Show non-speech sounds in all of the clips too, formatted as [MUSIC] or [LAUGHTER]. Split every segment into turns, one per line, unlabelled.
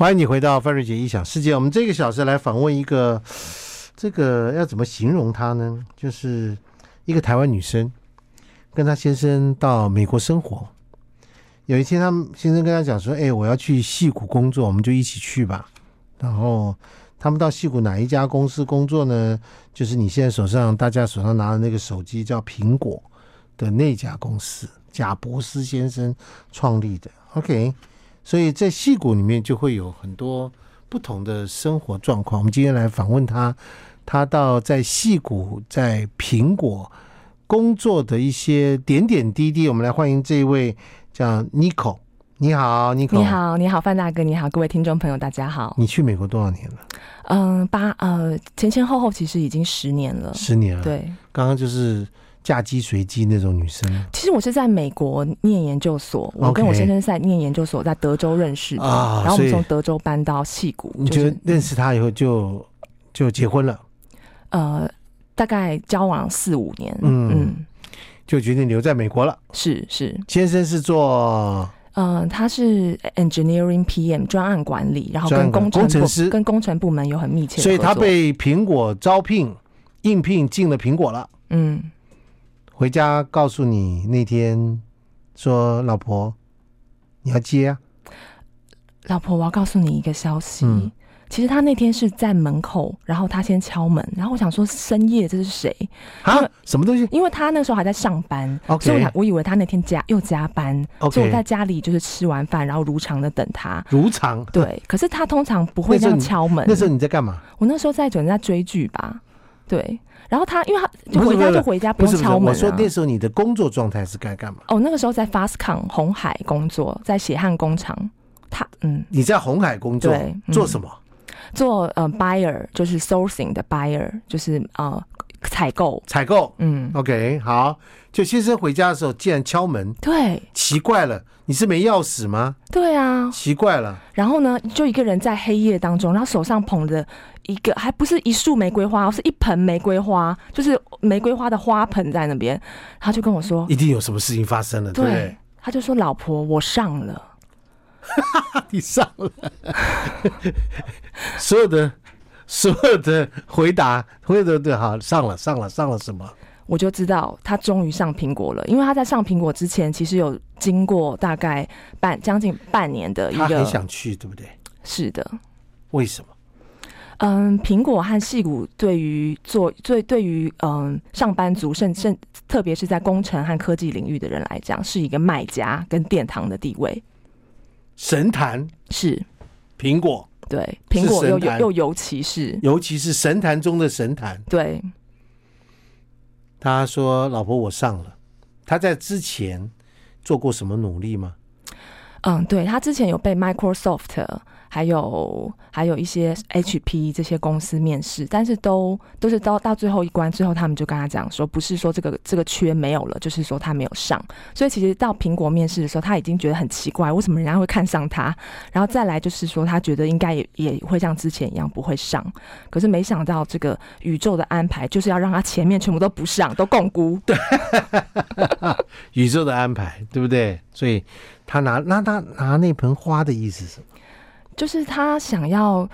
欢迎你回到范瑞杰异想世界。我们这个小时来访问一个，这个要怎么形容她呢？就是一个台湾女生，跟她先生到美国生活。有一天，他们先生跟她讲说：“哎，我要去戏谷工作，我们就一起去吧。”然后他们到戏谷哪一家公司工作呢？就是你现在手上大家手上拿的那个手机叫苹果的那家公司，贾伯斯先生创立的。OK。所以在戏骨里面就会有很多不同的生活状况。我们今天来访问他，他到在戏骨、在苹果工作的一些点点滴滴。我们来欢迎这一位叫 Nico，你好，Nico，
你，好，你好，范大哥，你好，各位听众朋友，大家好。
你去美国多少年了？
嗯，八呃，前前后后其实已经十年了。
十年了。，
对，
刚刚就是嫁鸡随鸡那种女生
其实我是在美国念研究所，我
OK
跟我先生在念研究所，在德州认识的。
啊
然后我
所
们
以
从德州搬到戏谷，
你嗯
就
就是认识她以后就就结婚了，
呃，大概交往四五年。
嗯
嗯，
就决定留在美国了。
是是，
先生是做
呃，他是 engineering PM 专案管理，然后
专案
跟
管
工
理
程部
工程师
跟工程部门有很密切的
所以
合
嗯他
作
被苹果招聘应聘进了苹果了。
嗯。
回家告诉你那天说，老婆，你要接啊。
老婆，我要告诉你一个消息。
嗯
其实他那天是在门口，然后他先敲门，然后我想说深夜这是谁？嗯
啊，什么东西
因为他那时候还在上班
OK
所以我想我以为他那天加又加班所以我在
？OK，
家里就是吃完饭，然后如常的等他。
如常。 [LAUGHS]
对，可是他通常不会这
那时候
样
你
敲门。
那时候你在干嘛？
我那时候在准在追剧吧，对。然后他因为他就
不是
回
不
家
是
就回家，
不
用
是不是，
敲门、啊
我说那时候你的工作状态是该干嘛？
哦，那个时候在 Fastcon 红海工作，在血汗工厂。他嗯，
你在红海工作，
对，嗯
做
么？
什么？
做呃 buyer 就是 sourcing 的 buyer，就是呃采购。
采购。
嗯，
OK，好。就先生回家的时候，竟然敲门，
对
奇怪了，你是没钥匙吗？
对啊。
奇怪了，
然后呢，就一个人在黑夜当中，然后手上捧着一个，还不是一束玫瑰花，是一盆玫瑰花，就是玫瑰花的花盆在那边。他就跟我说
一定有什么事情发生了，：“对不对
哦对？，他就说老婆，我上了。
你上了， [LAUGHS] 所有的所有的回答，所有的对好上了上了上了什么？”
我就知道他终于上苹果了，因为他在上苹果之前，其实有经过大概半将近半年呃的一
他很
个
想去，对不对？
是的，
为什么？
嗯，苹果和戏谷对于做对对于嗯上班族，甚甚特别是在工程和科技领域的人来讲，是一个卖家跟殿堂的地位。
神坛
是
苹果，
对，苹果又
神坛
又又尤其是
尤其是神坛中的神坛。
对
他说：“老婆，我上了。”他在之前做过什么努力吗？
嗯，对他之前有被 Microsoft 还有还有一些 HP 这些公司面试，但是都都是到到最后一关之后，他们就跟他讲说，不是说这个这个缺没有了，就是说他没有上。所以其实到苹果面试的时候，他已经觉得很奇怪，为什么人家会看上他？然后再来就是说，他觉得应该也也会像之前一样不会上，可是没想到这个宇宙的安排就是要让他前面全部都不上，都共估。对，
宇宙的安排，对不对？所以他拿那他拿那盆花的意思是什么？
就是他想要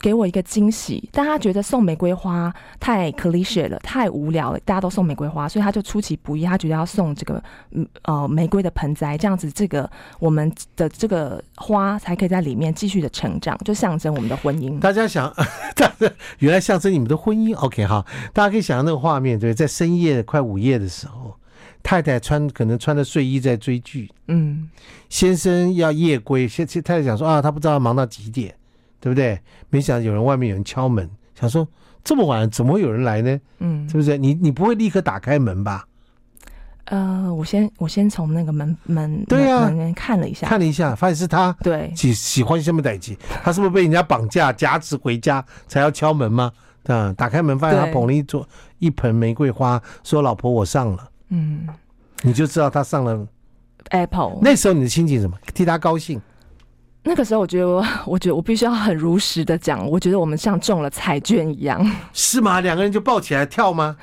给我一个惊喜，但他觉得送玫瑰花太 cliche 了，太无聊了，大家都送玫瑰花，所以他就出其不意，他觉得要送这个嗯呃玫瑰的盆栽，这样子这个我们的这个花才可以在里面继续的成长，就象征我们的婚姻。
大家想， [LAUGHS] 大家原来象征你们的婚姻。OK 哈，大家可以想象那个画面，对，在深夜快午夜的时候，太太穿可能穿着睡衣在追剧，
嗯，
先生要夜归，先先太太想说啊，他不知道忙到几点，对不对？没想到有人外面有人敲门，想说这么晚怎么会有人来呢？
嗯
是，不是？你你不会立刻打开门吧？
呃，我先我先从那个门门
对啊
门门看了一下，
看了一下，发现是他
对，
喜喜欢什么代际，他是不是被人家绑架挟持回家才要敲门吗？啊、打开门发现他
对
捧了一桌一盆玫瑰花，说老婆我上了。
嗯
你就知道他上了。
，Apple
那时候你的心情是什么？替他高兴。
那个时候，我觉得我我觉得我必须要很如实的讲，我觉得我们像中了彩券一样。
是吗？两个人就抱起来跳吗？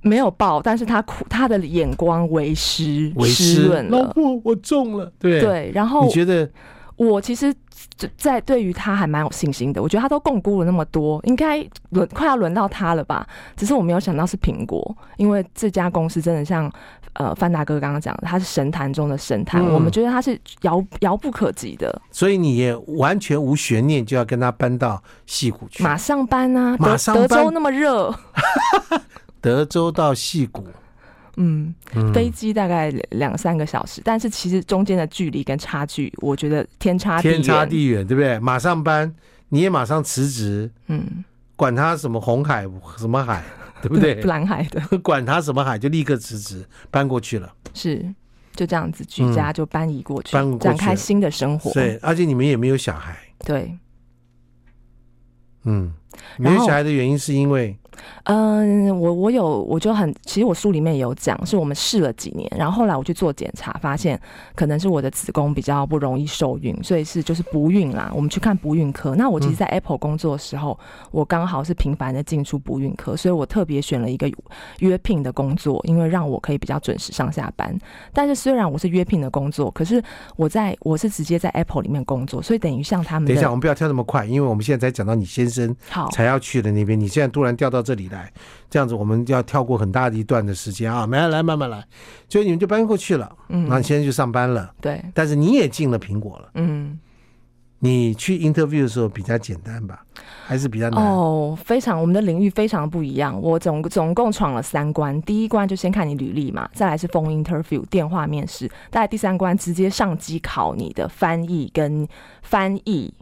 没有爆，但是他哭，他的眼光为湿湿润
老
了。
婆，我中了。对，
对，然后
你觉得
我其实就在对于他还蛮有信心的。我觉得他都共估了那么多，应该轮快要轮到他了吧？只是我没有想到是苹果，因为这家公司真的像呃范大哥刚刚讲的，他是神坛中的神坛，
嗯
我们觉得他是遥遥不可及的，
所以你也完全无悬念就要跟他搬到戏谷去，
马上搬啊，
马
德
上
德
搬
州那么热，
德州到戏谷，
嗯，
嗯
飞机大概两两三个小时，但是其实中间的距离跟差距，我觉得天差地
天差
远。
地远，对不对？马上搬，你也马上辞职，
嗯，
管他什么红海什么
[LAUGHS]
海，对不对？
蓝海的
管他什么海，就立刻辞职搬过去了。
是就这样子居家就搬移过去，
嗯搬过去
展开新的生活。
对，而且你们也没有小孩，
对
嗯，没
然后
有小孩的原因是因为
嗯，我我有我就很，其实我书里面也有讲，是我们试了几年，然后后来我去做检查，发现可能是我的子宫比较不容易受孕，所以是就是不孕啦。我们去看不孕科。那我其实，
嗯
在 Apple 工作的时候，我刚好是频繁的进出不孕科，所以我特别选了一个约聘的工作，因为让我可以比较准时上下班。但是虽然我是约聘的工作，可是我在我是直接在 Apple 里面工作，所以等于像他们
等一下，
的
我们不要跳那么快，因为我们现在才讲到你先生
嗯好
才要去的那边，你现在突然调到这里来，这样子我们要跳过很大的一段的时间啊，慢慢来，慢慢来，所以你们就搬过去了，
嗯
然后你现在就上班了，
对
但是你也进了苹果了，
嗯。
你去 interview 的时候比较简单吧，还是比较难？
哦，非常，我们的领域非常不一样。我总总共闯了三关，第一关就先看你履历嘛，再来是 phone interview 电话面试，再来第三关直接上机考你的翻译跟翻译，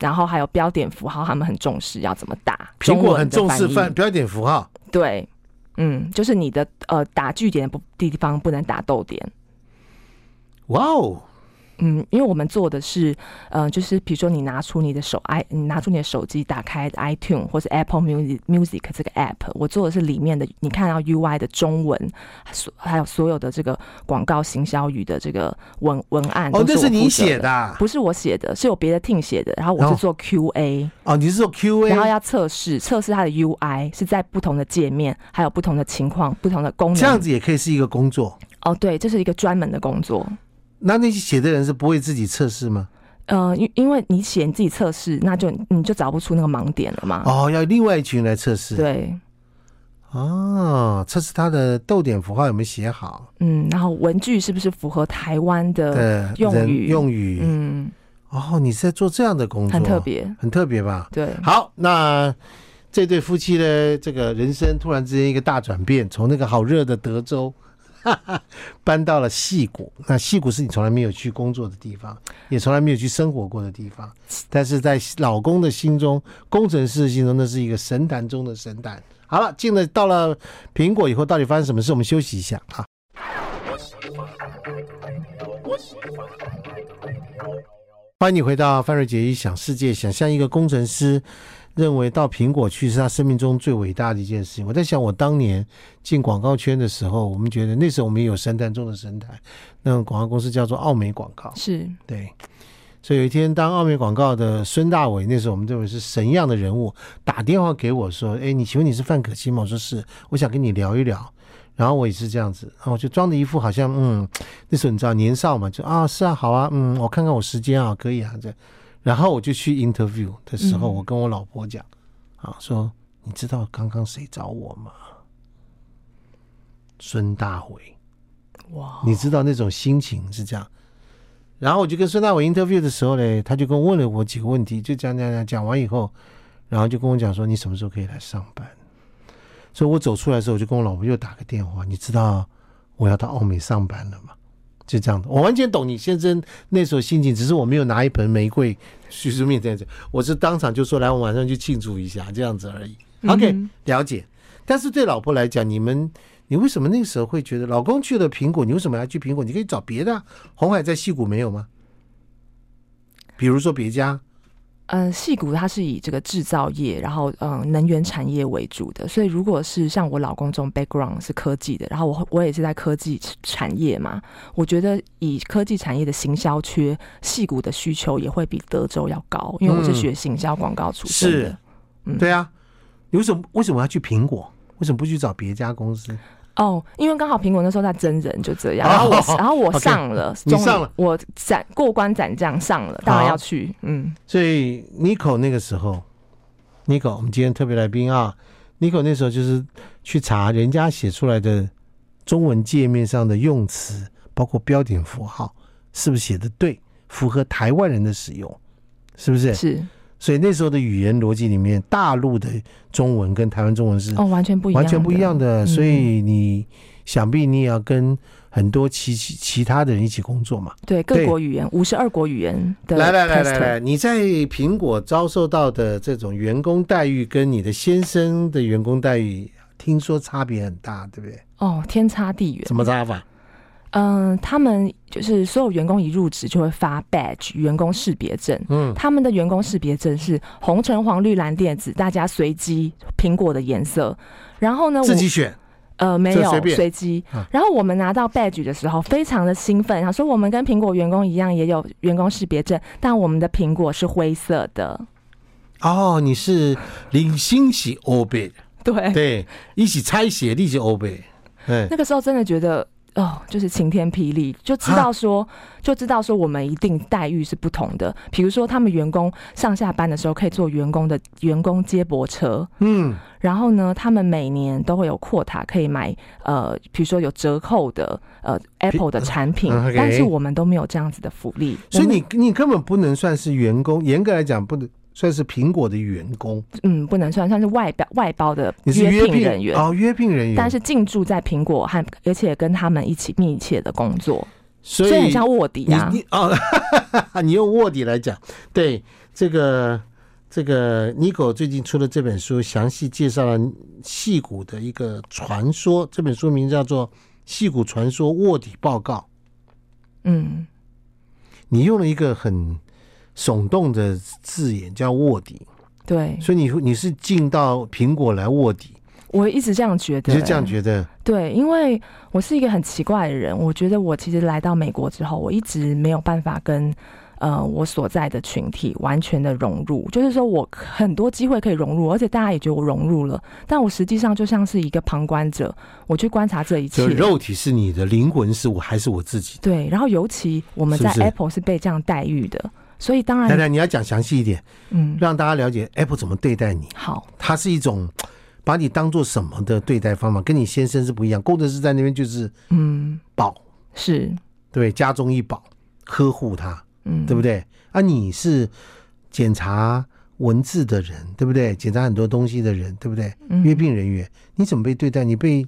然后还有标点符号，他们很重视要怎么打。
苹
中
果
文
很
的
重视
译
范标点符号，
对，嗯，就是你的呃打句点不地方不能打逗点。
哇哦，
嗯，因为我们做的是，呃，就是比如说你拿出你的手 i，你拿出你的手机，打开 iTune 或是 Apple Music Music 这个 app，我做的是里面的，你看到 UI 的中文，所还有所有的这个广告行销语的这个文文案。
哦，
都
那
是
是
我
你
负责
写
的。
的啊
不是我写的，是有别的 team 写的，然后我
然后
是做 QA，、
哦，你是说
然后
QA？
要测试，测试它的 UI 是在不同的界面，还有不同的情况、不同的功能。
这样子也可以是一个工作。
哦，对，这是一个专门的工作。
那那些写的人是不会自己测试吗？
呃，因因为你写你自己测试，那就你就找不出那个盲点了嘛。
哦，要另外一群人来测试。
啊对，
哦，测试他的逗点符号有没有写好
嗯，然后文具是不是符合台湾的？
的
用
呃人
语
用语。
嗯，
哦，你是在做这样的工作，
很特，别。
很特别吧？
对，
好，那这对夫妻的这个人生突然之间一个大转变，从那个好热的德州。哈哈，搬到了戏谷，那戏谷是你从来没有去工作的地方，也从来没有去生活过的地方。但是在老公的心中，工程师的心中，那是一个神坛中的神坛。好了，进了到了苹果以后，到底发生什么事？我们休息一下啊。欢迎你回到范瑞杰一想世界，想象一个工程师认为到苹果去是他生命中最伟大的一件事情。我在想，我当年进广告圈的时候，我们觉得那时候我们也有神坛中的神坛，那种广告公司叫做奥美广告，
是，
对。所以有一天，当奥美广告的孙大伟，那时候我们认为是神一样的人物，打电话给我说：“哎，你请问你是范可欣吗？”我说：“是，我想跟你聊一聊。”然后我也是这样子，然后我就装的一副好像嗯，那时候你知道年少嘛，就啊是啊好啊，嗯，我看看我时间啊，可以啊这样。然后我就去 interview 的时候，
嗯
我跟我老婆讲，啊说你知道刚刚谁找我吗？孙大伟。
哇，
你知道那种心情是这样。然后我就跟孙大伟 interview 的时候呢，他就跟我问了我几个问题，就讲讲讲讲完以后，然后就跟我讲说你什么时候可以来上班。所以我走出来的时候，我就跟我老婆又打个电话，你知道我要到澳美上班了吗？就这样的，我完全懂你先生那时候心情，只是我没有拿一盆玫瑰去出面这样子，我是当场就说来，我晚上去庆祝一下这样子而已。OK，、
嗯
了解。但是对老婆来讲，你们你为什么那个时候会觉得老公去了苹果，你为什么要去苹果？你可以找别的、啊。红海在戏谷没有吗？比如说别家
呃，戏谷它是以这个制造业，然后嗯、呃能源产业为主的，所以如果是像我老公这种 background 是科技的，然后我我也是在科技产业嘛，我觉得以科技产业的行销缺，戏谷的需求也会比德州要高，因为我是
嗯
学行销广告出身的。
对啊，你为什么为什么要去苹果？为什么不去找别家公司？
哦，因为刚好苹果那时候在真人就这样，
哦
然后我然后我
OK，
上了，
你
终于
上了
我斩过关斩将上了，当然
好
要去，嗯，
所以 Nico 那个时候，Nico 我们今天特别来宾啊，Nico 那时候就是去查人家写出来的中文界面上的用词，包括标点符号是不是写的对，符合台湾人的使用，是不是？
是
所以那时候的语言逻辑里面，大陆的中文跟台湾中文是
哦，完全不一样，
完全不一样的，
嗯
所以你想必你也要跟很多其其其他的人一起工作嘛。
对各
对
国语言五十二国语言的
来来来来
tester
来，你在苹果遭受到的这种员工待遇，跟你的先生的员工待遇，听说差别很大，对不对？
哦，天差地远，
怎么差法？
嗯、他们就是所有员工一入职就会发 badge 员工识别证，
嗯，
他们的员工识别证是红橙黄绿蓝靛紫，大家随机苹果的颜色。然后呢，我
自己选，
呃没
这
有
随便
随机
啊。
然后我们拿到 badge 的时候，非常的兴奋，想说我们跟苹果员工一样也有员工识别证，但我们的苹果是灰色的。
哦，你是领星系欧贝，
对，
对，一起拆写立起欧贝，嗯，
哎那个时候真的觉得。哦，就是晴天霹雳，就知道说，就知道说我们一定待遇是不同的。比如说，他们员工上下班的时候可以坐员工的员工接驳车，
嗯，
然后呢，他们每年都会有扩塔可以买，呃，比如说有折扣的呃 Apple 的产品，
嗯，OK
但是我们都没有这样子的福利。
所以
我们
你你根本不能算是员工，严格来讲不能算是苹果的员工，
嗯不能算算是外表外包的
你是
聘
聘
人员，
哦，约聘人员，
但是进驻在苹果和而且跟他们一起密切的工作，
所
所以很
以
像卧底
你
啊。
你哦， [LAUGHS] 你用卧底来讲，对这个这个 Nico 最近出了这本书，详细介绍了戏骨的一个传说。这本书名叫做《戏骨传说卧底报告
嗯，》。
你用了一个很耸动的字眼，叫卧底，
对，
所以你你是进到苹果来卧底，
我一直这样觉得、
你是这样觉得？
对，因为我是一个很奇怪的人，我觉得我其实来到美国之后，我一直没有办法跟呃我所在的群体完全的融入，就是说我很多机会可以融入，而且大家也觉得我融入了，但我实际上就像是一个旁观者，我去观察这一
就
切。
肉体是你的，灵魂是我还是我自己的？
对，然后尤其我们在
是不是
Apple 是被这样待遇的，所以当然
来来，你要讲详细一点，
嗯
让大家了解 Apple 怎么对待你。
好。
它是一种把你当做什么的对待方法，跟你先生是不一样。工程师在那边就是
嗯，
保，
是，
对，家中一宝，呵护他，
嗯，
对不对？啊，你是检查文字的人，对不对？检查很多东西的人，对不对？
嗯
约聘人员，你怎么被对待？你被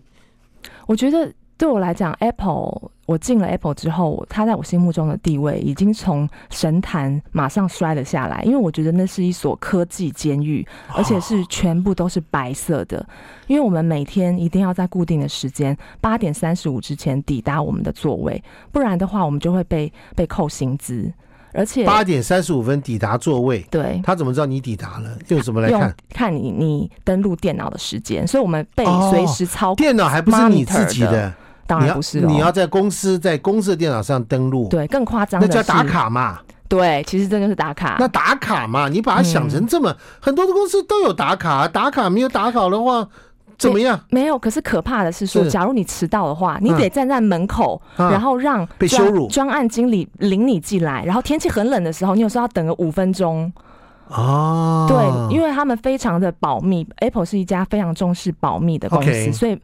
我觉得对我来讲，Apple，我进了 Apple 之后，它在我心目中的地位已经从神坛马上摔了下来，因为我觉得那是一所科技监狱，
啊
而且是全部都是白色的，因为我们每天一定要在固定的时间八点三十五之前抵达我们的座位，不然的话我们就会被被扣薪资，而且
八点三十五分抵达座位，
对。
他怎么知道你抵达了？用什么来
用
看？
看你你登录电脑的时间，所以我们被
哦
随时操控。
电脑还不是你自己
monitor
的，
当
你
然
要
不是、哦，
你要在公司在公司的电脑上登录，
对更夸张
那
的
叫打
是
卡嘛。
对，其实这就是打卡。嗯
那打卡嘛，你把它想成这么，很多的公司都有打卡，啊打卡没有打卡的话，怎么样？
没有，可是可怕的是说，
是
假如你迟到的话，你
嗯
得站在门口，
啊
然后让
被
专
羞辱
专案经理领你进来，然后天气很冷的时候，你有时候要等个五分钟。
哦，
对，因
为
为他们非常的保密，Apple 是一家非常重视保密的公司
OK
所以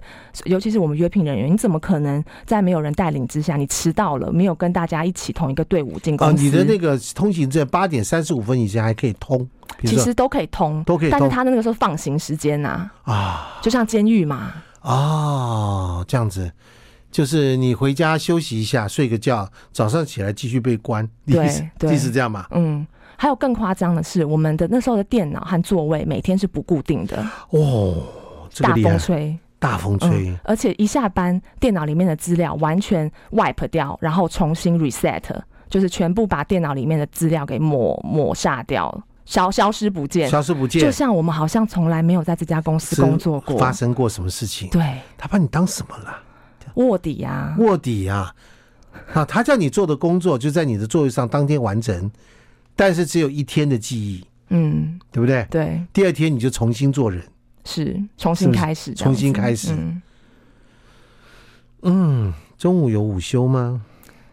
尤其是我们约聘人员，你怎么可能在没有人带领之下，你迟到了，没有跟大家一起同一个队伍进公
哦，
司？
你的那个通行证八点三十五分以前还可以通，比
其
如说
实都可以通，
都可以
但是
通
他那个时候放行时间呐、
啊
就像监狱嘛。
哦，这样子。就是你回家休息一下，睡个觉，早上起来继续被关，你 [LAUGHS]
对
是
对
你是这样嘛？
嗯，还有更夸张的是，我们的那时候的电脑和座位每天是不固定的，
哦，这个
大
厉
风
害，
吹，
大风吹
嗯，，而且一下班，电脑里面的资料完全 wipe 掉，然后重新 reset，就是全部把电脑里面的资料给抹抹杀掉，消消失不见，
消失不见，
就像我们好像从来没有在这家公司
是
工作过，
发生过什么事情？
对
他把你当什么了？
卧底呀、
卧底啊！啊，他叫你做的工作就在你的座位上当天完成，但是只有一天的记忆，
嗯，
对不对？
对，
第二天你就重新做人，
是重
是
新
不是
嗯开始这样子，
重新开始
嗯
嗯，中午有午休吗？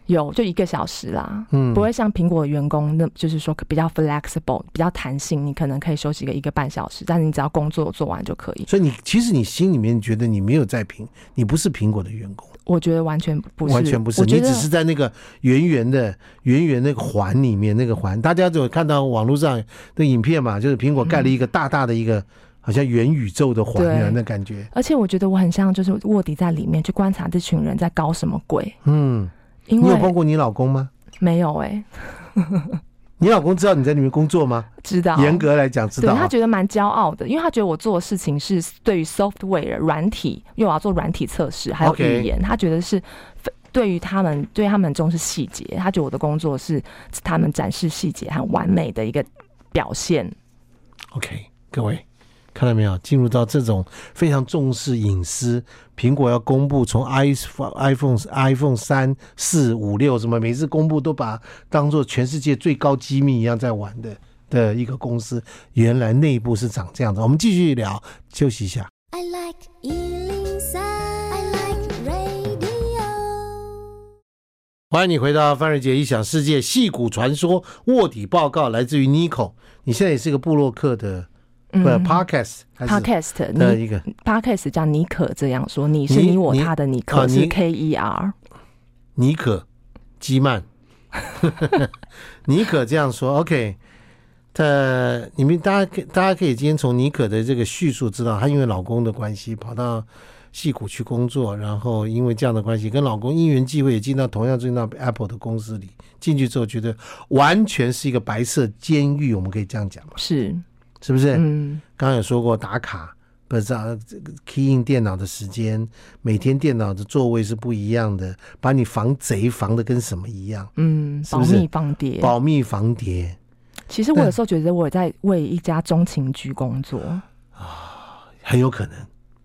有就一个小时啦，
嗯，
不会像苹果的员工那，就是说比较 flexible，比较弹性，你可能可以休息个一个半小时，但是你只要工作做完就可以。
所以你其实你心里面觉得你没有在苹，你不是苹果的员工，
我觉得完全不是，
完全不是，
我
你
觉
只
得
是在那个圆圆的圆圆那个环里面那个环，大家有看到网络上的影片嘛？就是苹果盖了一个大大的一个、好像元宇宙的环一样
对
的感觉，
而且我觉得我很像就是卧底在里面去观察这群人在搞什么鬼，
嗯，
因
你有
为
碰过你老公吗？
没有哎、
你老公知道你在里面工作吗？
知道
严格来讲，知道
对他
啊。
觉得蛮骄傲的，因为他觉得我做的事情是对于 software 软体，因为我要做软体测试，还有
OK
语言他觉得是非对于他们对他们重视细节，他觉得我的工作是他们展示细节很完美的一个表现。
OK，各位看到没有？进入到这种非常重视隐私，苹果要公布从 iPhone、iPhone、iPhone 三、四、五、六什么，每次公布都把它当做全世界最高机密一样在玩的的一个公司，原来内部是长这样子。我们继续聊，休息一下。
I like Ealing Sound. I like radio.
欢迎你回到范瑞杰异想世界戏骨传说卧底报告，来自于 Nico。你现在也是一个部落客的，不、Podcast 还是
嗯 podcast
的
你
一个，
podcast 叫尼可这样说，你是
啊你
你我
你
他的尼可
哦
是
你
K E R，
尼可基曼， [LAUGHS] 尼可这样说，OK。呃，你们大家可大家可以今天从尼可的这个叙述知道，她因为老公的关系跑到戏谷去工作，然后因为这样的关系跟老公因缘际会也进到同样进到 Apple 的公司里，进去之后觉得完全是一个白色监狱，我们可以这样讲吧？
是
是不是？
嗯
刚刚有说过打卡，不是啊，这个 key in 电脑的时间，每天电脑的座位是不一样的，把你防贼防的跟什么一样，
嗯，
是
保
不是
密放碟。
保嗯密防谍。
其实我有时候觉得我在为一家中情局工作。
很有可能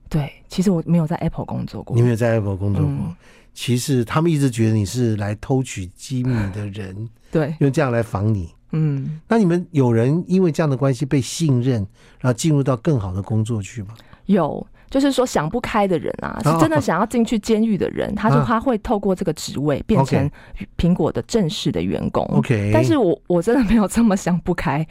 对，其实我没有在 Apple 工作过
你。没有在 Apple 工作过，
嗯
其实他们一直觉得你是来偷取机密的
[LAUGHS]
人，
对，
用这样来防你。
嗯，
那你们有人因为这样的关系被信任，然后进入到更好的工作去吗？
有，就是说想不开的人啊，是真的想要进去监狱的人，他就
啊
他会透过这个职位变成苹果的正式的员工。
OK，
嗯但是我我真的没有这么想不开。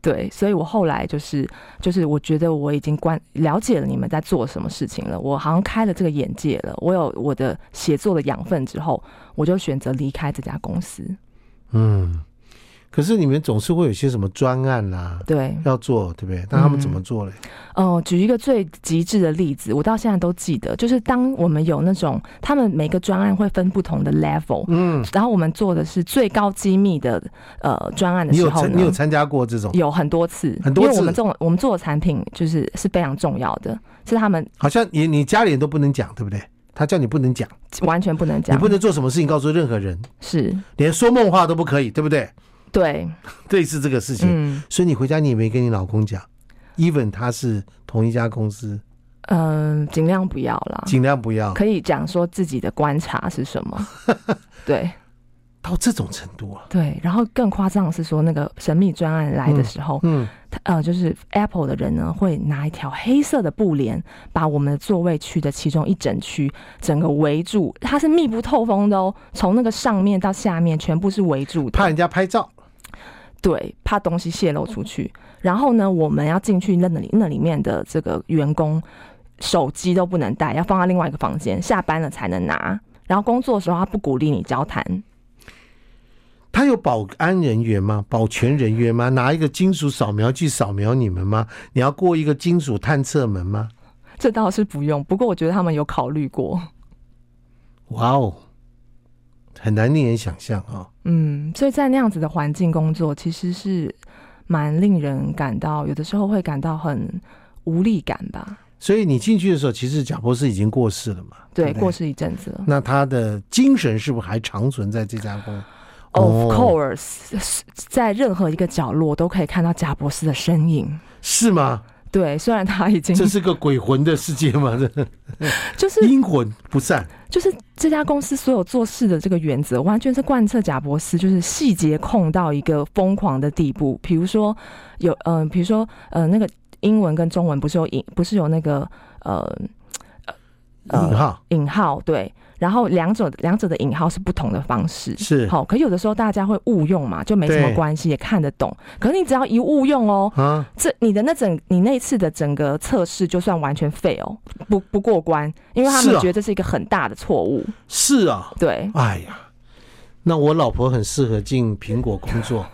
对，所以我后来就是就是，我觉得我已经关了解了你们在做什么事情了，我好像开了这个眼界了，我有我的写作的养分之后，我就选择离开这家公司。
嗯，可是你们总是会有些什么专案啦、
对，
要做，对不对？那他们怎么
嗯
做嘞？
呃，举一个最极致的例子，我到现在都记得，就是当我们有那种，他们每个专案会分不同的 level，
嗯，
然后我们做的是最高机密的呃专案的
你
时
有
候
参你有
呢，
参加过这种？
有很多次，
很多
因为
次
我们这种我们做的产品就是是非常重要的，是他们
好像你你家里人都不能讲，对不对？他叫你不能讲，
完全不能
你
讲，
不能做什么事情告诉任何人，
是
连说梦话都不可以，对不对？
对，
类似这个事情，
嗯
所以你回家你也没跟你老公讲，even 他是同一家公司，
嗯，尽、量不要啦，
尽量不要
可以讲说自己的观察是什么，对。
到这种程度啊。
对，然后更夸张的是说，那个神秘专案来的时候，
嗯，
他呃，就是 Apple 的人呢，会拿一条黑色的布帘，把我们的座位区的其中一整区整个围住，它是密不透风的哦，从那个上面到下面全部是围住
怕
的
人，家拍照，
对，怕东西泄露出去。然后呢，我们要进去那里那里面的这个员工，手机都不能带，要放在另外一个房间，下班了才能拿。然后工作的时候，他不鼓励你交谈，
他有保安人员吗？保全人员吗？拿一个金属扫描去扫描你们吗？你要过一个金属探测门吗？
这倒是不用。不过我觉得他们有考虑过。
哇哦，很难令人想象啊、
嗯，所以在那样子的环境工作，其实是蛮令人感到，有的时候会感到很无力感吧。
所以你进去的时候，其实贾博士已经过世了嘛？
对，
不对
过。世一阵子了。
那他的精神是不是还长存在这家公？
Of
哦
course，在 [LAUGHS] 任何一个角落都可以看到贾博士的身影。
是吗？
对，虽然他已经
这是个鬼魂的世界
[LAUGHS]
吗？这
就是
阴魂不散。
就是这家公司所有做事的这个原则，完全是贯彻贾博斯，就是细节控到一个疯狂的地步。比如说有，嗯、比如说，呃，那个英文跟中文不是有英，不是有那个，呃。呃
引号
引号对，然后两者两者的引号是不同的方式。
是
好，可有的时候大家会误用嘛，就没什么
对
关系，也看得懂。可是你只要一误用哦，
啊，
这你的那整你那一次的整个测试就算完全 fail，不不过关，因为他
是
们
啊
觉得这是一个很大的错误。
是啊，
对，
哎呀，那我老婆很适合进苹果工
[LAUGHS]
作。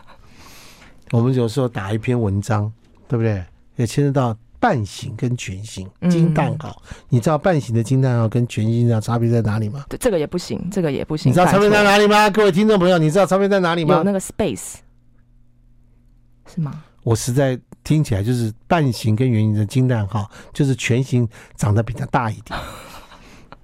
我们有时候打一篇文章，对不对？也牵涉到半形跟全形
嗯
金蛋号。你知道半形的金蛋号跟全形的差别在哪里吗？
对这个也不行，这个也不行。
你知道差别在
犯错
哪里吗？各位听众朋友，你知道差别在哪里吗
有？那个 space 是吗？
我实在听起来就是半形跟圆形的金蛋号，就是全形长得比较大一
[LAUGHS]
点，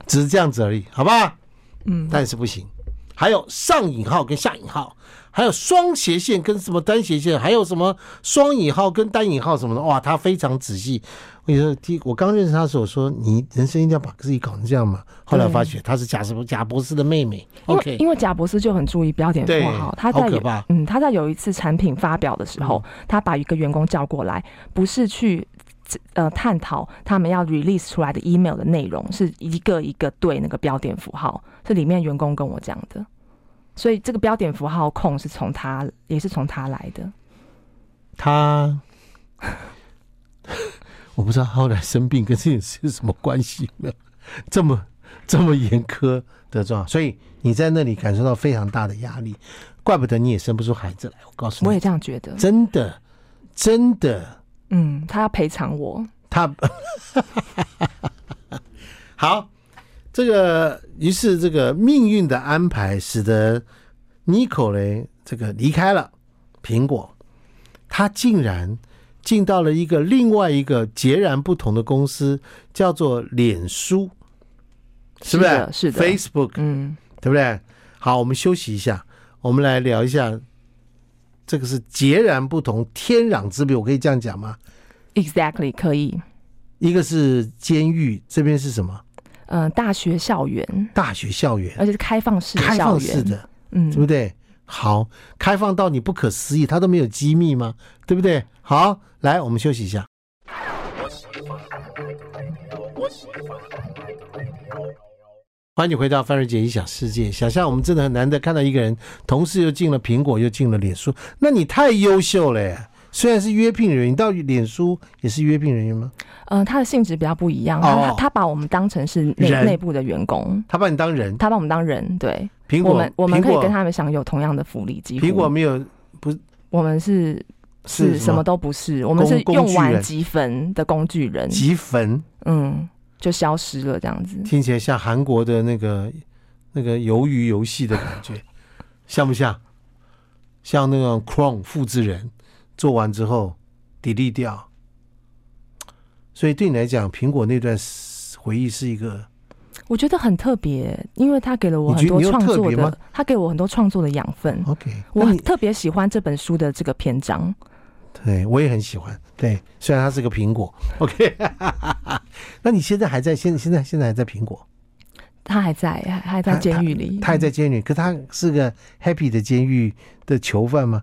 只是这样子而已，好吧？
嗯，
但是不行。还有上引号跟下引号，还有双斜线跟什么单斜线，还有什么双引号跟单引号什么的，哇，他非常仔细。我跟你说，第我刚认识他的时候，我说你人生一定要把自己搞成这样嘛。后来我发觉她是贾斯贾博士的妹妹
因为
，OK，
因为贾博士就很注意标点
对
符号，他在
好可
有
怕嗯
嗯他在有一次产品发表的时候，他把一个员工叫过来，不是去。呃，探讨他们要 release 出来的 email 的内容，是一个一个对那个标点符号，是里面员工跟我讲的，所以这个标点符号控是从他，也是从他来的。
她 [LAUGHS] 我不知道她后来生病跟这件事有什么关系没有， [LAUGHS] 这么这么严苛的状况，所以你在那里感受到非常大的压力，怪不得你也生不出孩子来。我告诉你
我，也这样觉得。
真的，真的，
嗯，他要赔偿我。
他 [LAUGHS] 好，这个于是这个命运的安排使得 Nico 嘞这个离开了苹果，他竟然进到了一个另外一个截然不同的公司，叫做脸书，是不
的，是的。
？Facebook，
嗯，
对不对？好，我们休息一下，我们来聊一下，这个是截然不同、天壤之别，我可以这样讲吗？
嗯 Exactly，可以。
一个是监狱，这边是什么？
嗯、大学校园，
大学校园，
而且是开放式的
开
校
放
园。
式的，
嗯
对，不对？好，开放到你不可思议，它都没有机密吗？对不对？好，来，我们休息一下。欢迎你回到范瑞杰一想世界。想象我们真的很难得看到一个人，同时又进了苹果，又进了脸书，那你太优秀了耶！虽然是约聘人员，你到脸书也是约聘人员吗？
嗯，他的性质比较不一样，
哦
他他把我们当成是内
人
内部的员工，
他把你当人，
他把我们当人，对，
苹
我
果
们，我们
苹
可以
果
跟他们享有同样的福利，几乎
苹果没有
我们是是什么都不是，我们
工
是
工
用
具
完
人
积分的工具人，
集粉，
嗯，就消失了这样子，
听起来像韩国的那个那个鱿鱼游戏的感
[LAUGHS]
觉，像不像？像那种 Chrome 复制人做完之后 delete 掉，所以对你来讲，苹果那段时回忆是一个
我觉得很特别，因为他给了我
你觉得
很多
你有
创
特
作
别吗
的，他给我很多创作的养分，
OK
我
那
很
你
特别喜欢这本书的这个篇章，
对我也很喜欢。对，虽然它是个苹果，OK 。 [LAUGHS] 那你现在还在现现在现在还在苹果，
他还在还还在
他
监狱里，
他还在监狱，可他是个 happy 的监狱的囚犯吗？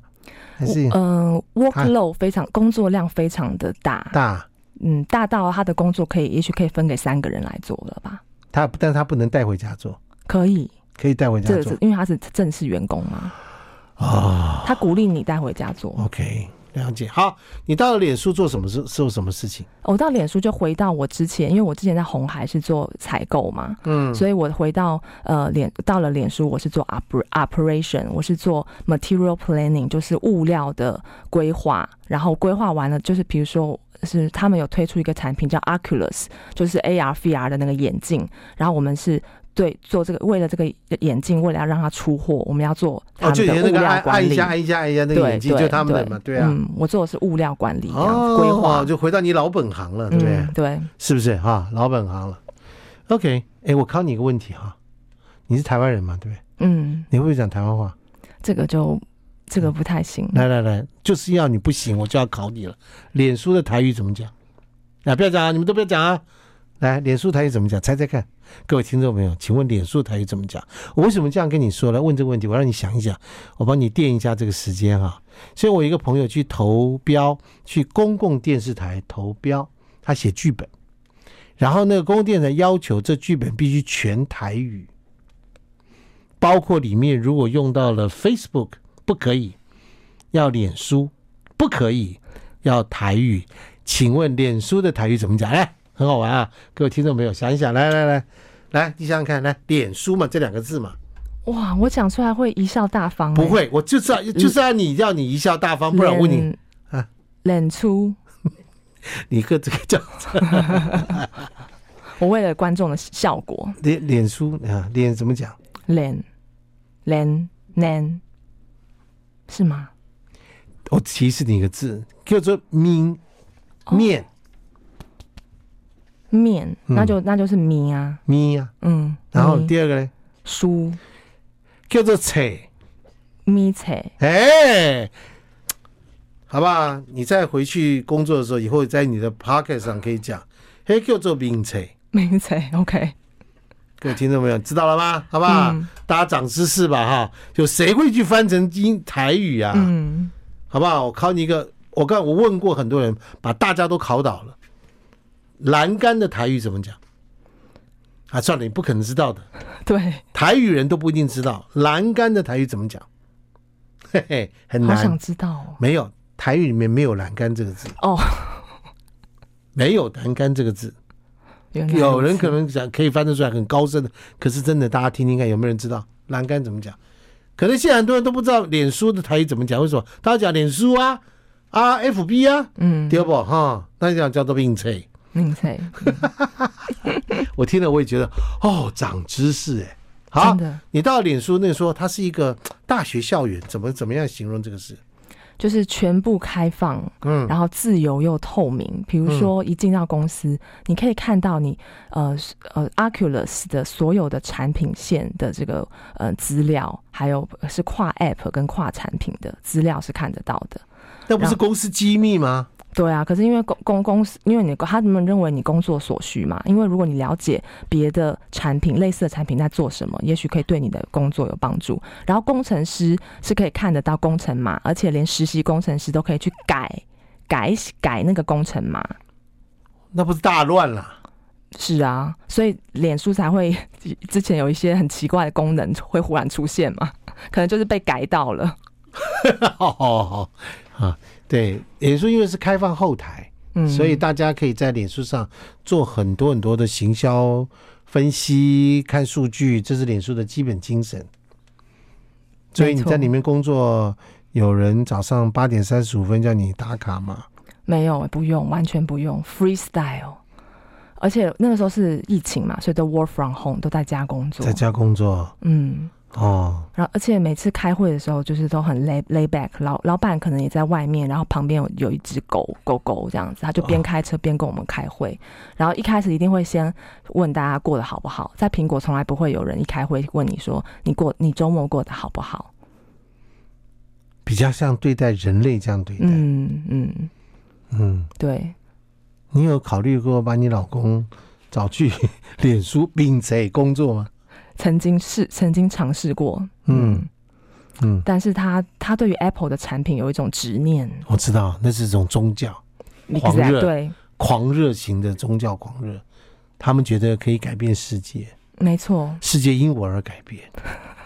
还是
嗯、w o r k l o a d 非常，工作量非常的大，
大？
嗯，大到他的工作可以，也许可以分给三个人来做了吧？
他但是他不能带回家做，
可以，
可以带回家
这
做
是因为他是正式员工嘛，
啊。
他鼓励你带回家做。
OK，了解。好，你到了脸书做什么事？做什么事情？
我到脸书就回到我之前，因为我之前在红海是做采购嘛，
嗯
所以我回到呃脸到了脸书，我是做 oper operation，我是做 material planning，就是物料的规划。然后规划完了，就是比如说是他们有推出一个产品叫 Oculus，就是 AR VR 的那个眼镜。然后我们是对做这个为了这个眼镜，为了要让它出货，我们要做他
哦，就以
们的
前那
物
个按
料管
按一
理。
下，按一下，按一下那
对
个眼睛，
对
就他们的嘛，对啊。
嗯，我做的是物料管理这样子规划
哦，，就回到你老本行了，对不对
嗯？对，
是不是哈？老本行了。OK，哎，我考你一个问题哈，你是台湾人嘛，对不对？
嗯，
你会不会讲台湾话？
这个就这个不太行。
来来来，就是要你不行，我就要考你了。脸书的台语怎么讲？啊，不要讲啊，你们都不要讲啊。来，脸书台语怎么讲？猜猜看，各位听众朋友，请问脸书台语怎么讲？我为什么这样跟你说呢？问这个问题，我让你想一想，我帮你垫一下这个时间啊。所以我有一个朋友去投标，去公共电视台投标，他写剧本，然后那个公共电台要求这剧本必须全台语，包括里面如果用到了 Facebook 不可以，要脸书不可以，要台语。请问脸书的台语怎么讲？来，很好玩啊，各位听众朋友，想一想，来来来来，你想想看，来脸书嘛，这两个字嘛，
哇，我讲出来会贻笑大方、欸
不，会，我就知道，就是要你要你贻笑大方，不然我问你，啊
啊，冷出。
你个这个叫啊
我为了观众的效果，
脸脸书啊，脸怎么讲？
冷冷冷，是吗？
我提示你一个字，叫做明
哦
面
面，
嗯
那就那就是米啊，
咪啊。
嗯，
然后
米
第二个呢，
书
叫做扯。
米菜，
哎，好不好？你再回去工作的时候，以后在你的 pocket 上可以讲，嘿，叫做名册。
米菜，OK， [LAUGHS]
啊各位听众朋友，知道了吗？好不好？
嗯
大家长知识吧，哈！就谁会去翻成英台语啊？
嗯，
好不好？我考你一个，我刚我问过很多人，把大家都考倒了。栏杆的台语怎么讲？啊，算了，你不可能知道的，
对，
台语人都不一定知道栏杆的台语怎么讲，嘿嘿，很
好
难
想。知道哦
没有台语里面没有栏杆这个字，
哦，
没有栏杆这个字。
原来如此
有人可能讲可以翻得出来很高深的，可是真的大家听听看有没有人知道栏杆怎么讲？可能现在很多人都不知道脸书的台语怎么讲，为什么？大家讲脸书啊啊 FB 啊，
嗯，
对不哈？那讲叫做并车。
米菜，
我听了我也觉得哦，长知识哎。好
真，的
你到脸书那说它是一个大学校园，怎么怎么样形容这个事？
就是全部开放，
嗯，
然后自由又透明。比如说，一进到公司，你可以看到你呃是呃 Oculus 的所有的产品线的这个呃资料，还有是跨 App 跟跨产品的资料是看得到的。
那不是公司机密吗？
对啊，可是因为公公公司，因为你他们认为你工作所需嘛，因为如果你了解别的产品、类似的产品在做什么，也许可以对你的工作有帮助。然后工程师是可以看得到工程码，而且连实习工程师都可以去改改改那个工程码。
那不是大乱了？
是啊，所以脸书才会 [LAUGHS] 之前有一些很奇怪的功能会忽然出现嘛，可能就是被改到了。
[LAUGHS] 哦哦哦，啊，对，脸书因为是开放后台，
嗯，
所以大家可以在脸书上做很多很多的行销分析、看数据，这是脸书的基本精神。所以你
没错
在里面工作，有人早上八点三十五分叫你打卡嘛？
没有，不用，完全不用，freestyle。而且那个时候是疫情嘛，所以都 work from home，都在家工作
在。家工作
嗯，
哦，
然后而且每次开会的时候，就是都很 lay lay back，老老板可能也在外面，然后旁边有有一只狗狗狗这样子，他就边开车边跟我们开会。然后一开始一定会先问大家过得好不好，在苹果从来不会有人一开会问你说你过你周末过得好不好。
比较像对待人类这样对待。嗯
嗯嗯，对，
你有考虑过把你老公找去脸书并贼工作吗？
曾经试曾经尝试过，
嗯嗯，
但是他他对于 Apple 的产品有一种执念，
我知道那是一种宗教。狂热
Exact- 对，
狂热型的宗教狂热，他们觉得可以改变世界，
没错，
世界因我而改变，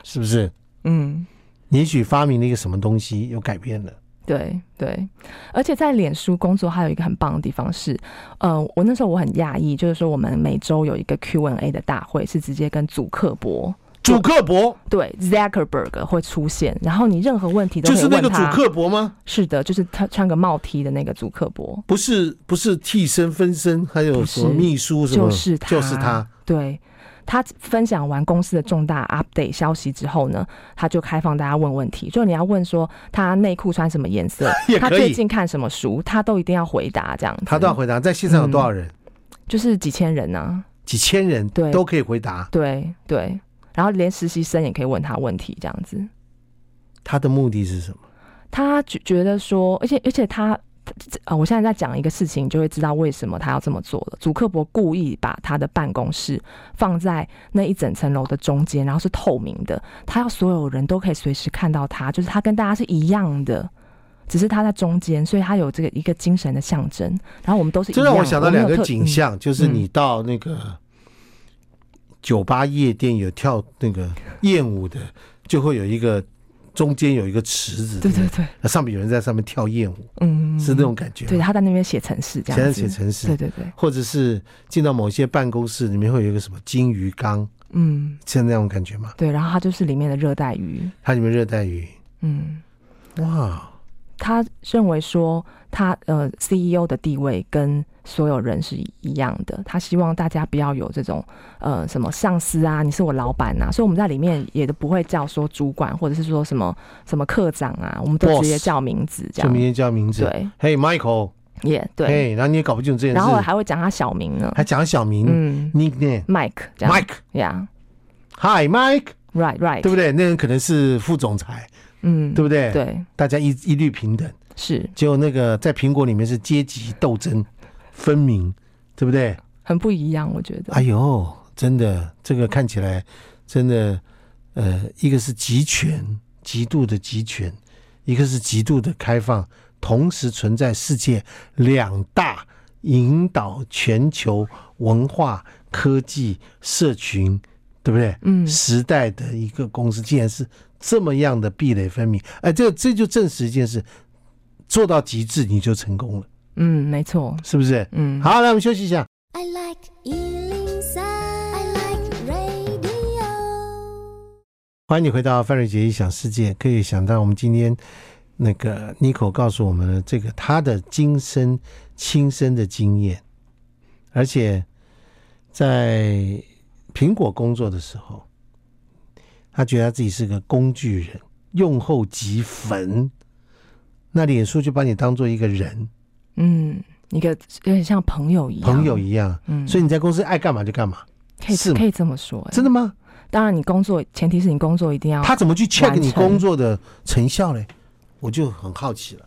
是不是？ [LAUGHS]
嗯，
也许发明了一个什么东西又改变了，
对对，而且在脸书工作还有一个很棒的地方是，呃，我那时候我很讶异，就是说我们每周有一个 Q&A 的大会，是直接跟祖克伯。
主克伯
对，Zuckerberg 会出现，然后你任何问题都
就
可以
是
问他。
那个主克伯吗？
是的，就是他穿个帽 T 的那个祖克伯，
不是，不是替身分身，还有
不
什
是
么秘书什么？
就是他，
就是他。
对他分享完公司的重大 update 消息之后呢，他就开放大家问问题，就你要问说他内裤穿什么颜色
[LAUGHS] 也，
他
可以
最近嗯看什么书，他都一定要回答这样子。
他都要回答，在线上有多少人？
就是几千人啊，
几千人
嗯对
都可以回答。
对对，然后连实习生也可以问他问题这样子。
他的目的是什么？
他觉觉得说，而且而且他。呃，我现在在讲一个事情，你就会知道为什么他要这么做了。祖克伯故意把他的办公室放在那一整层楼的中间，然后是透明的，他要所有人都可以随时看到他，就是他跟大家是一样的。只是它在中间，所以它有这个一个精神的象征。然后我们都是一
这
样，
让我想到
们
两
有
个
特
景，象，就是
嗯
你到那个酒吧夜店有跳那个艳舞的，就会有一个中间有一个池子，
嗯对对对，
对，上面有人在上面跳艳舞，
嗯，
是那种感觉吗。
对，他在那边写城市这
现在
样
写
子，
城市，
对对对，
或者是进到某些办公室里面会有一个什么金鱼缸，
嗯
像那种感觉嘛。
对，然后它就是里面的热带鱼，
它里面热带鱼，
嗯。
哇，
他认为说他呃 CEO 的地位跟所有人是一样的，他希望大家不要有这种呃什么上司啊，你是我老板啊，所以我们在里面也都不会叫说主管或者是说什么什么课长啊，我们都
Boss
直接叫名字
这
这样
明。天叫名字，
对，
嘿，Michael，
也对。
嘿，然后你也搞不清楚这件
然后我
事，
还会讲他小名呢，
还讲小名
嗯
nickname
，Mike 这样
Mike，
，Yeah，Right
Hi，Mike，
Right，
对不对？那人可能是副总裁，
嗯，
对不对？，
对
大家一一律平等。
是
结果那个在苹果里面是阶级斗争分明，对不对？
很不一样，我觉得
哎。呦，真的，这个看起来真的，呃，一个是集权，极度的集权，一个是极度的开放，同时存在世界两大引导全球文化、科技、社群，对不对？
嗯，
时代的一个公司，竟然是这么样的壁垒分明，哎，这这就证实一件事，做到极致你就成功了，
嗯，没错，
是不是？
嗯，
好，来我们休息一下。
I like Ealing Sound. I like radio.
欢迎你回到范瑞杰异想世界。可以想到，我们今天那个 n i c o 告诉我们了这个他的今生亲身的经验，而且在苹果工作的时候，他觉得他自己是个工具人，用后即焚。那脸书就把你当做一个人，
嗯，一个有点像朋友一样，
朋友一样，
嗯，
所以你在公司爱干嘛就干嘛，
可以
是吗
可以这么说、欸
真的吗？
当然，你工作前提是你工作一定要
他怎么去 check
完
你
成
工作的成效嘞？我就很好奇了。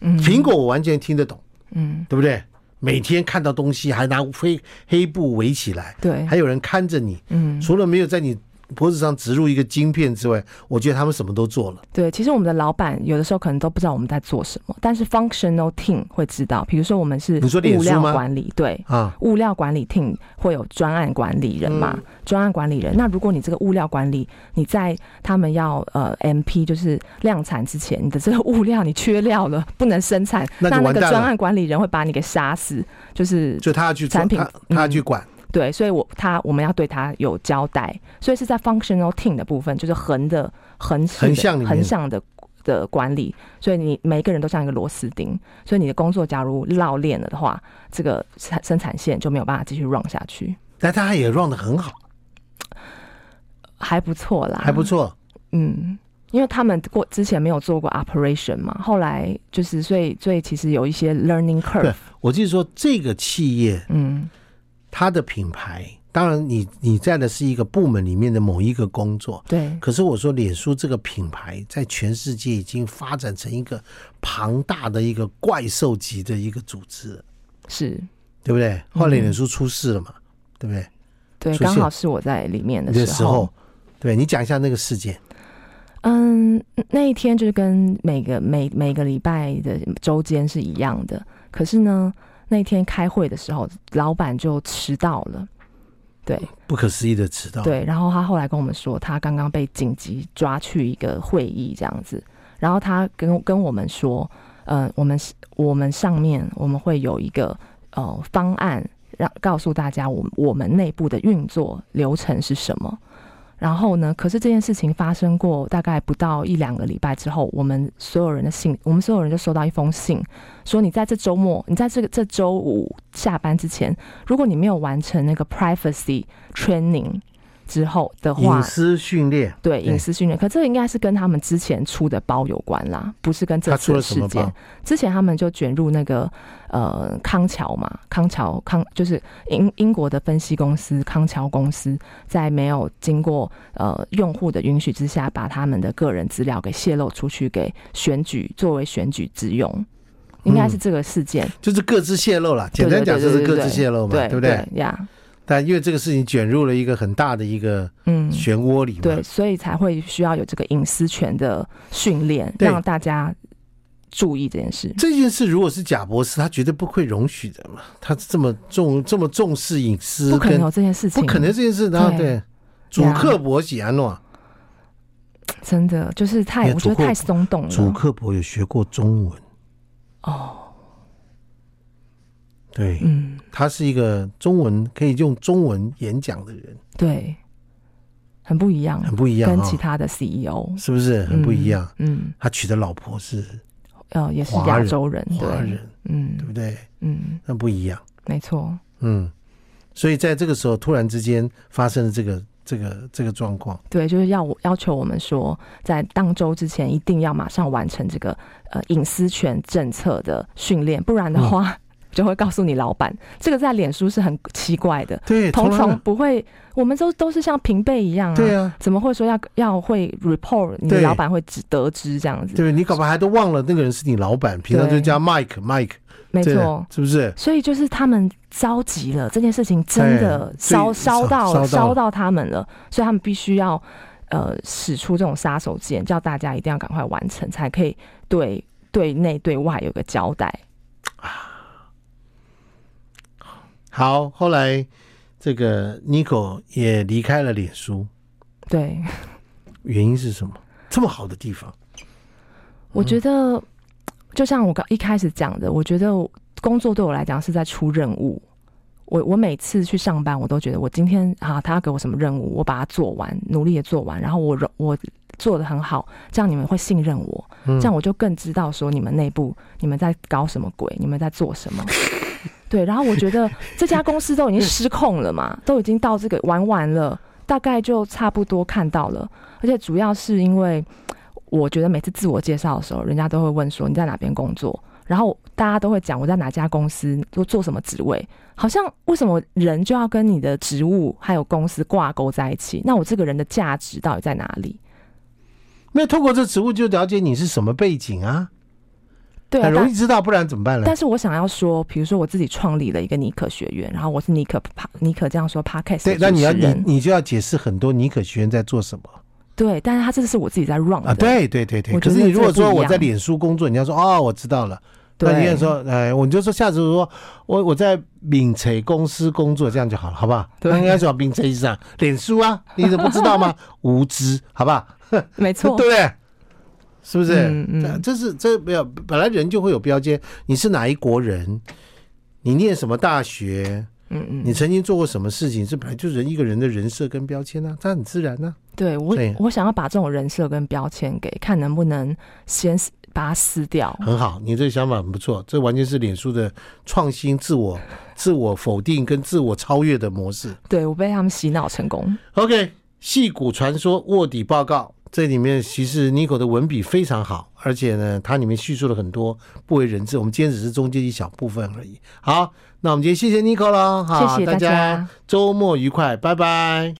嗯
苹果我完全听得懂。
嗯
对不对？每天看到东西还拿黑黑布围起来，
对
还有人看着你。
嗯
除了没有在你脖子上植入一个晶片之外，我觉得他们什么都做了。
对，其实我们的老板有的时候可能都不知道我们在做什么，但是 functional team 会知道，比如说我们是
你说脸
物
书
料
吗
管理对。
啊，
物料管理 team 会有专案管理人
嗯
嘛？专案管理人，那如果你这个物料管理，你在他们要呃 MP 就是量产之前，你的这个物料你缺料了，不能生产，
那就
那
完
个
蛋了
专案管理人会把你给杀死，就是
就他要去做
产品
他他要
嗯
去管，
对，所以我他我们要对他有交代，所以是在 functional team 的部分，就是横的横式的
横向里面
横向的的管理，所以你每一个人都像一个螺丝钉，所以你的工作假如落链了的话，这个产生产线就没有办法继续 run 下去，
但他也 run 的很好，
嗯还不错啦，
还不，错。
嗯。因为他们过之前没有做过 operation 嘛，后来就是所以所以其实有一些 learning
对
curve，
我就是说，这个企业
嗯
它的品牌，当然你你在的是一个部门里面的某一个工作，
对，
可是我说，脸书这个品牌在全世界已经发展成一个庞大的一个怪兽级的一个组织了。
是，
对不对？后来脸书出事了嘛，对不对？
对，
出现
刚好是我在里面的
那
时
时
候
候，，对你讲一下那个事件，
嗯，那一天就是跟每个每每个礼拜的周间是一样的。可是呢，那天开会的时候，老板就迟到了。对
不可思议的迟到。，
对，然后他后来跟我们说，他刚刚被紧急抓去一个会议这样子。然后他跟跟我们说，呃，我们我们上面我们会有一个呃方案，让告诉大家我们我们内部的运作流程是什么。然后呢，可是这件事情发生过大概不到一两个礼拜之后，我们所有人的信，我们所有人就收到一封信，说你在这周末，你在这个这周五下班之前，如果你没有完成那个 privacy training 之后的话
隐，私训练，
对
对
隐私训练，可这应该是跟他们之前出的包有关啦，不是跟这
他
次
出了
的
什
事
么
件
包。？
之前他们就卷入那个呃康桥嘛，康桥康就是英英国的分析公司康桥公司，在没有经过呃用户的允许之下，把他们的个人资料给泄露出去，给选举作为选举之用，应该
嗯
是这个事件。
就是各自泄露了，简单讲就是各自泄露嘛，
对
对不
对
对？
呀，
但因为这个事情卷入了一个很大的一个
嗯。
漩涡里嘛，
对，所以才会需要有这个隐私权的训练，
对
让大家注意这件事。
这件事如果是贾博士，他绝对不会容许的嘛。他这么重这么重视隐私，
不可能
跟
有这件事情，
不可能这件事，然后
对
对主刻薄喜安诺，
真的就是
因
太，
为
我觉得
主客
太松动
主
了。
刻薄有学过中文，
哦，
对
嗯，
他是一个中文可以用中文演讲的人，
对，很不一样，
很不一样
嗯跟
啊、
其他的 CEO
是不是很不一样？
嗯，
他娶的老婆是
嗯呃，也是
华
亚
人
洲人，
华
对，
人，对
嗯
不对？
嗯，
那不一样，
没错，
嗯，所以在这个时候突然之间发生了这个这个这个状况，
对，就是要我要求我们说，在当周之前一定要马上完成这个呃隐私权政策的训练，不然的
嗯
话、 [LAUGHS] 就会告诉你老板。这个在脸书是很奇怪的，
对，
通
从来
常
没
不会，我们都都是像平辈一样啊，
对啊，
怎么会说要要会 report 你的
对
老板会知得知这样子？
对你搞不好还都忘了那个人是你老板，平常就
对
叫 Mike Mike，
没
这
错。
是不是？
所以就是他们着急了，这件事情真的
哎
烧
对
烧
烧
到
到
烧
了
到他们了，所以他们必须要呃使出这种杀手锏，叫大家一定要赶快完成，才可以对对内对外有个交代。
好，后来这个 Nico 也离开了脸书，
对，
原因是什么？这么好的地方，
我觉得就像我刚一开始讲的，我觉得工作对我来讲是在出任务。我我每次去上班，我都觉得我今天啊，他要给我什么任务，我把它做完，努力也做完，然后我我做的很好，这样你们会信任我。
嗯
这样我就更知道说你们内部你们在搞什么鬼，你们在做什么。对，然后我觉得这家公司都已经失控了嘛，都已经到这个玩完了，大概就差不多看到了。而且主要是因为我觉得每次自我介绍的时候，人家都会问说你在哪边工作，然后大家都会讲我在哪家公司做做什么职位，好像为什么人就要跟你的职务还有公司挂钩在一起？那我这个人的价值到底在哪里？
没有透过这职务就了解你是什么背景啊，
对、啊，
很
但
容易知道，不然怎么办呢？
但是我想要说，比如说我自己创立了一个尼克学院，然后我是尼克帕尼克这样说 podcast
对，那
的
你要
主持
你
人
你就要解释很多尼可学院在做什么
对，但是他这是我自己在 run 的，
啊？对对对对。
我
可
觉得
是你如果
这
说
不一
我
样
在脸书工作，你要说哦，我知道了。
对
那你也说，哎，我就说下次说我我在敏锤公司工作，这样就好了，好不好？
对
那应该说敏锤上脸书啊，你怎么不知道吗？无知，好不好？对
没错
不，对？是不是？
嗯嗯
这这是这没有，本来人就会有标签，你是哪一国人，你念什么大学，
嗯
你
嗯，
曾经做过什么事情，这本来就是人一个人的人设跟标签啊，它很自然啊。
对我
对
我想要把这种人设跟标签给看能不能先撕把它撕掉，
很好，你这个想法很不错，这完全是脸书的创新、自我、自我否定跟自我超越的模式。
对我被他们洗脑成功，
OK，戏骨传说卧底报告，这里面其实 Nico 的文笔非常好，而且呢，它里面叙述了很多不为人知，我们今天只是中间一小部分而已。好，那我们今天谢谢 Nico 了，好，
谢谢
大
大家
家周末愉快，拜拜。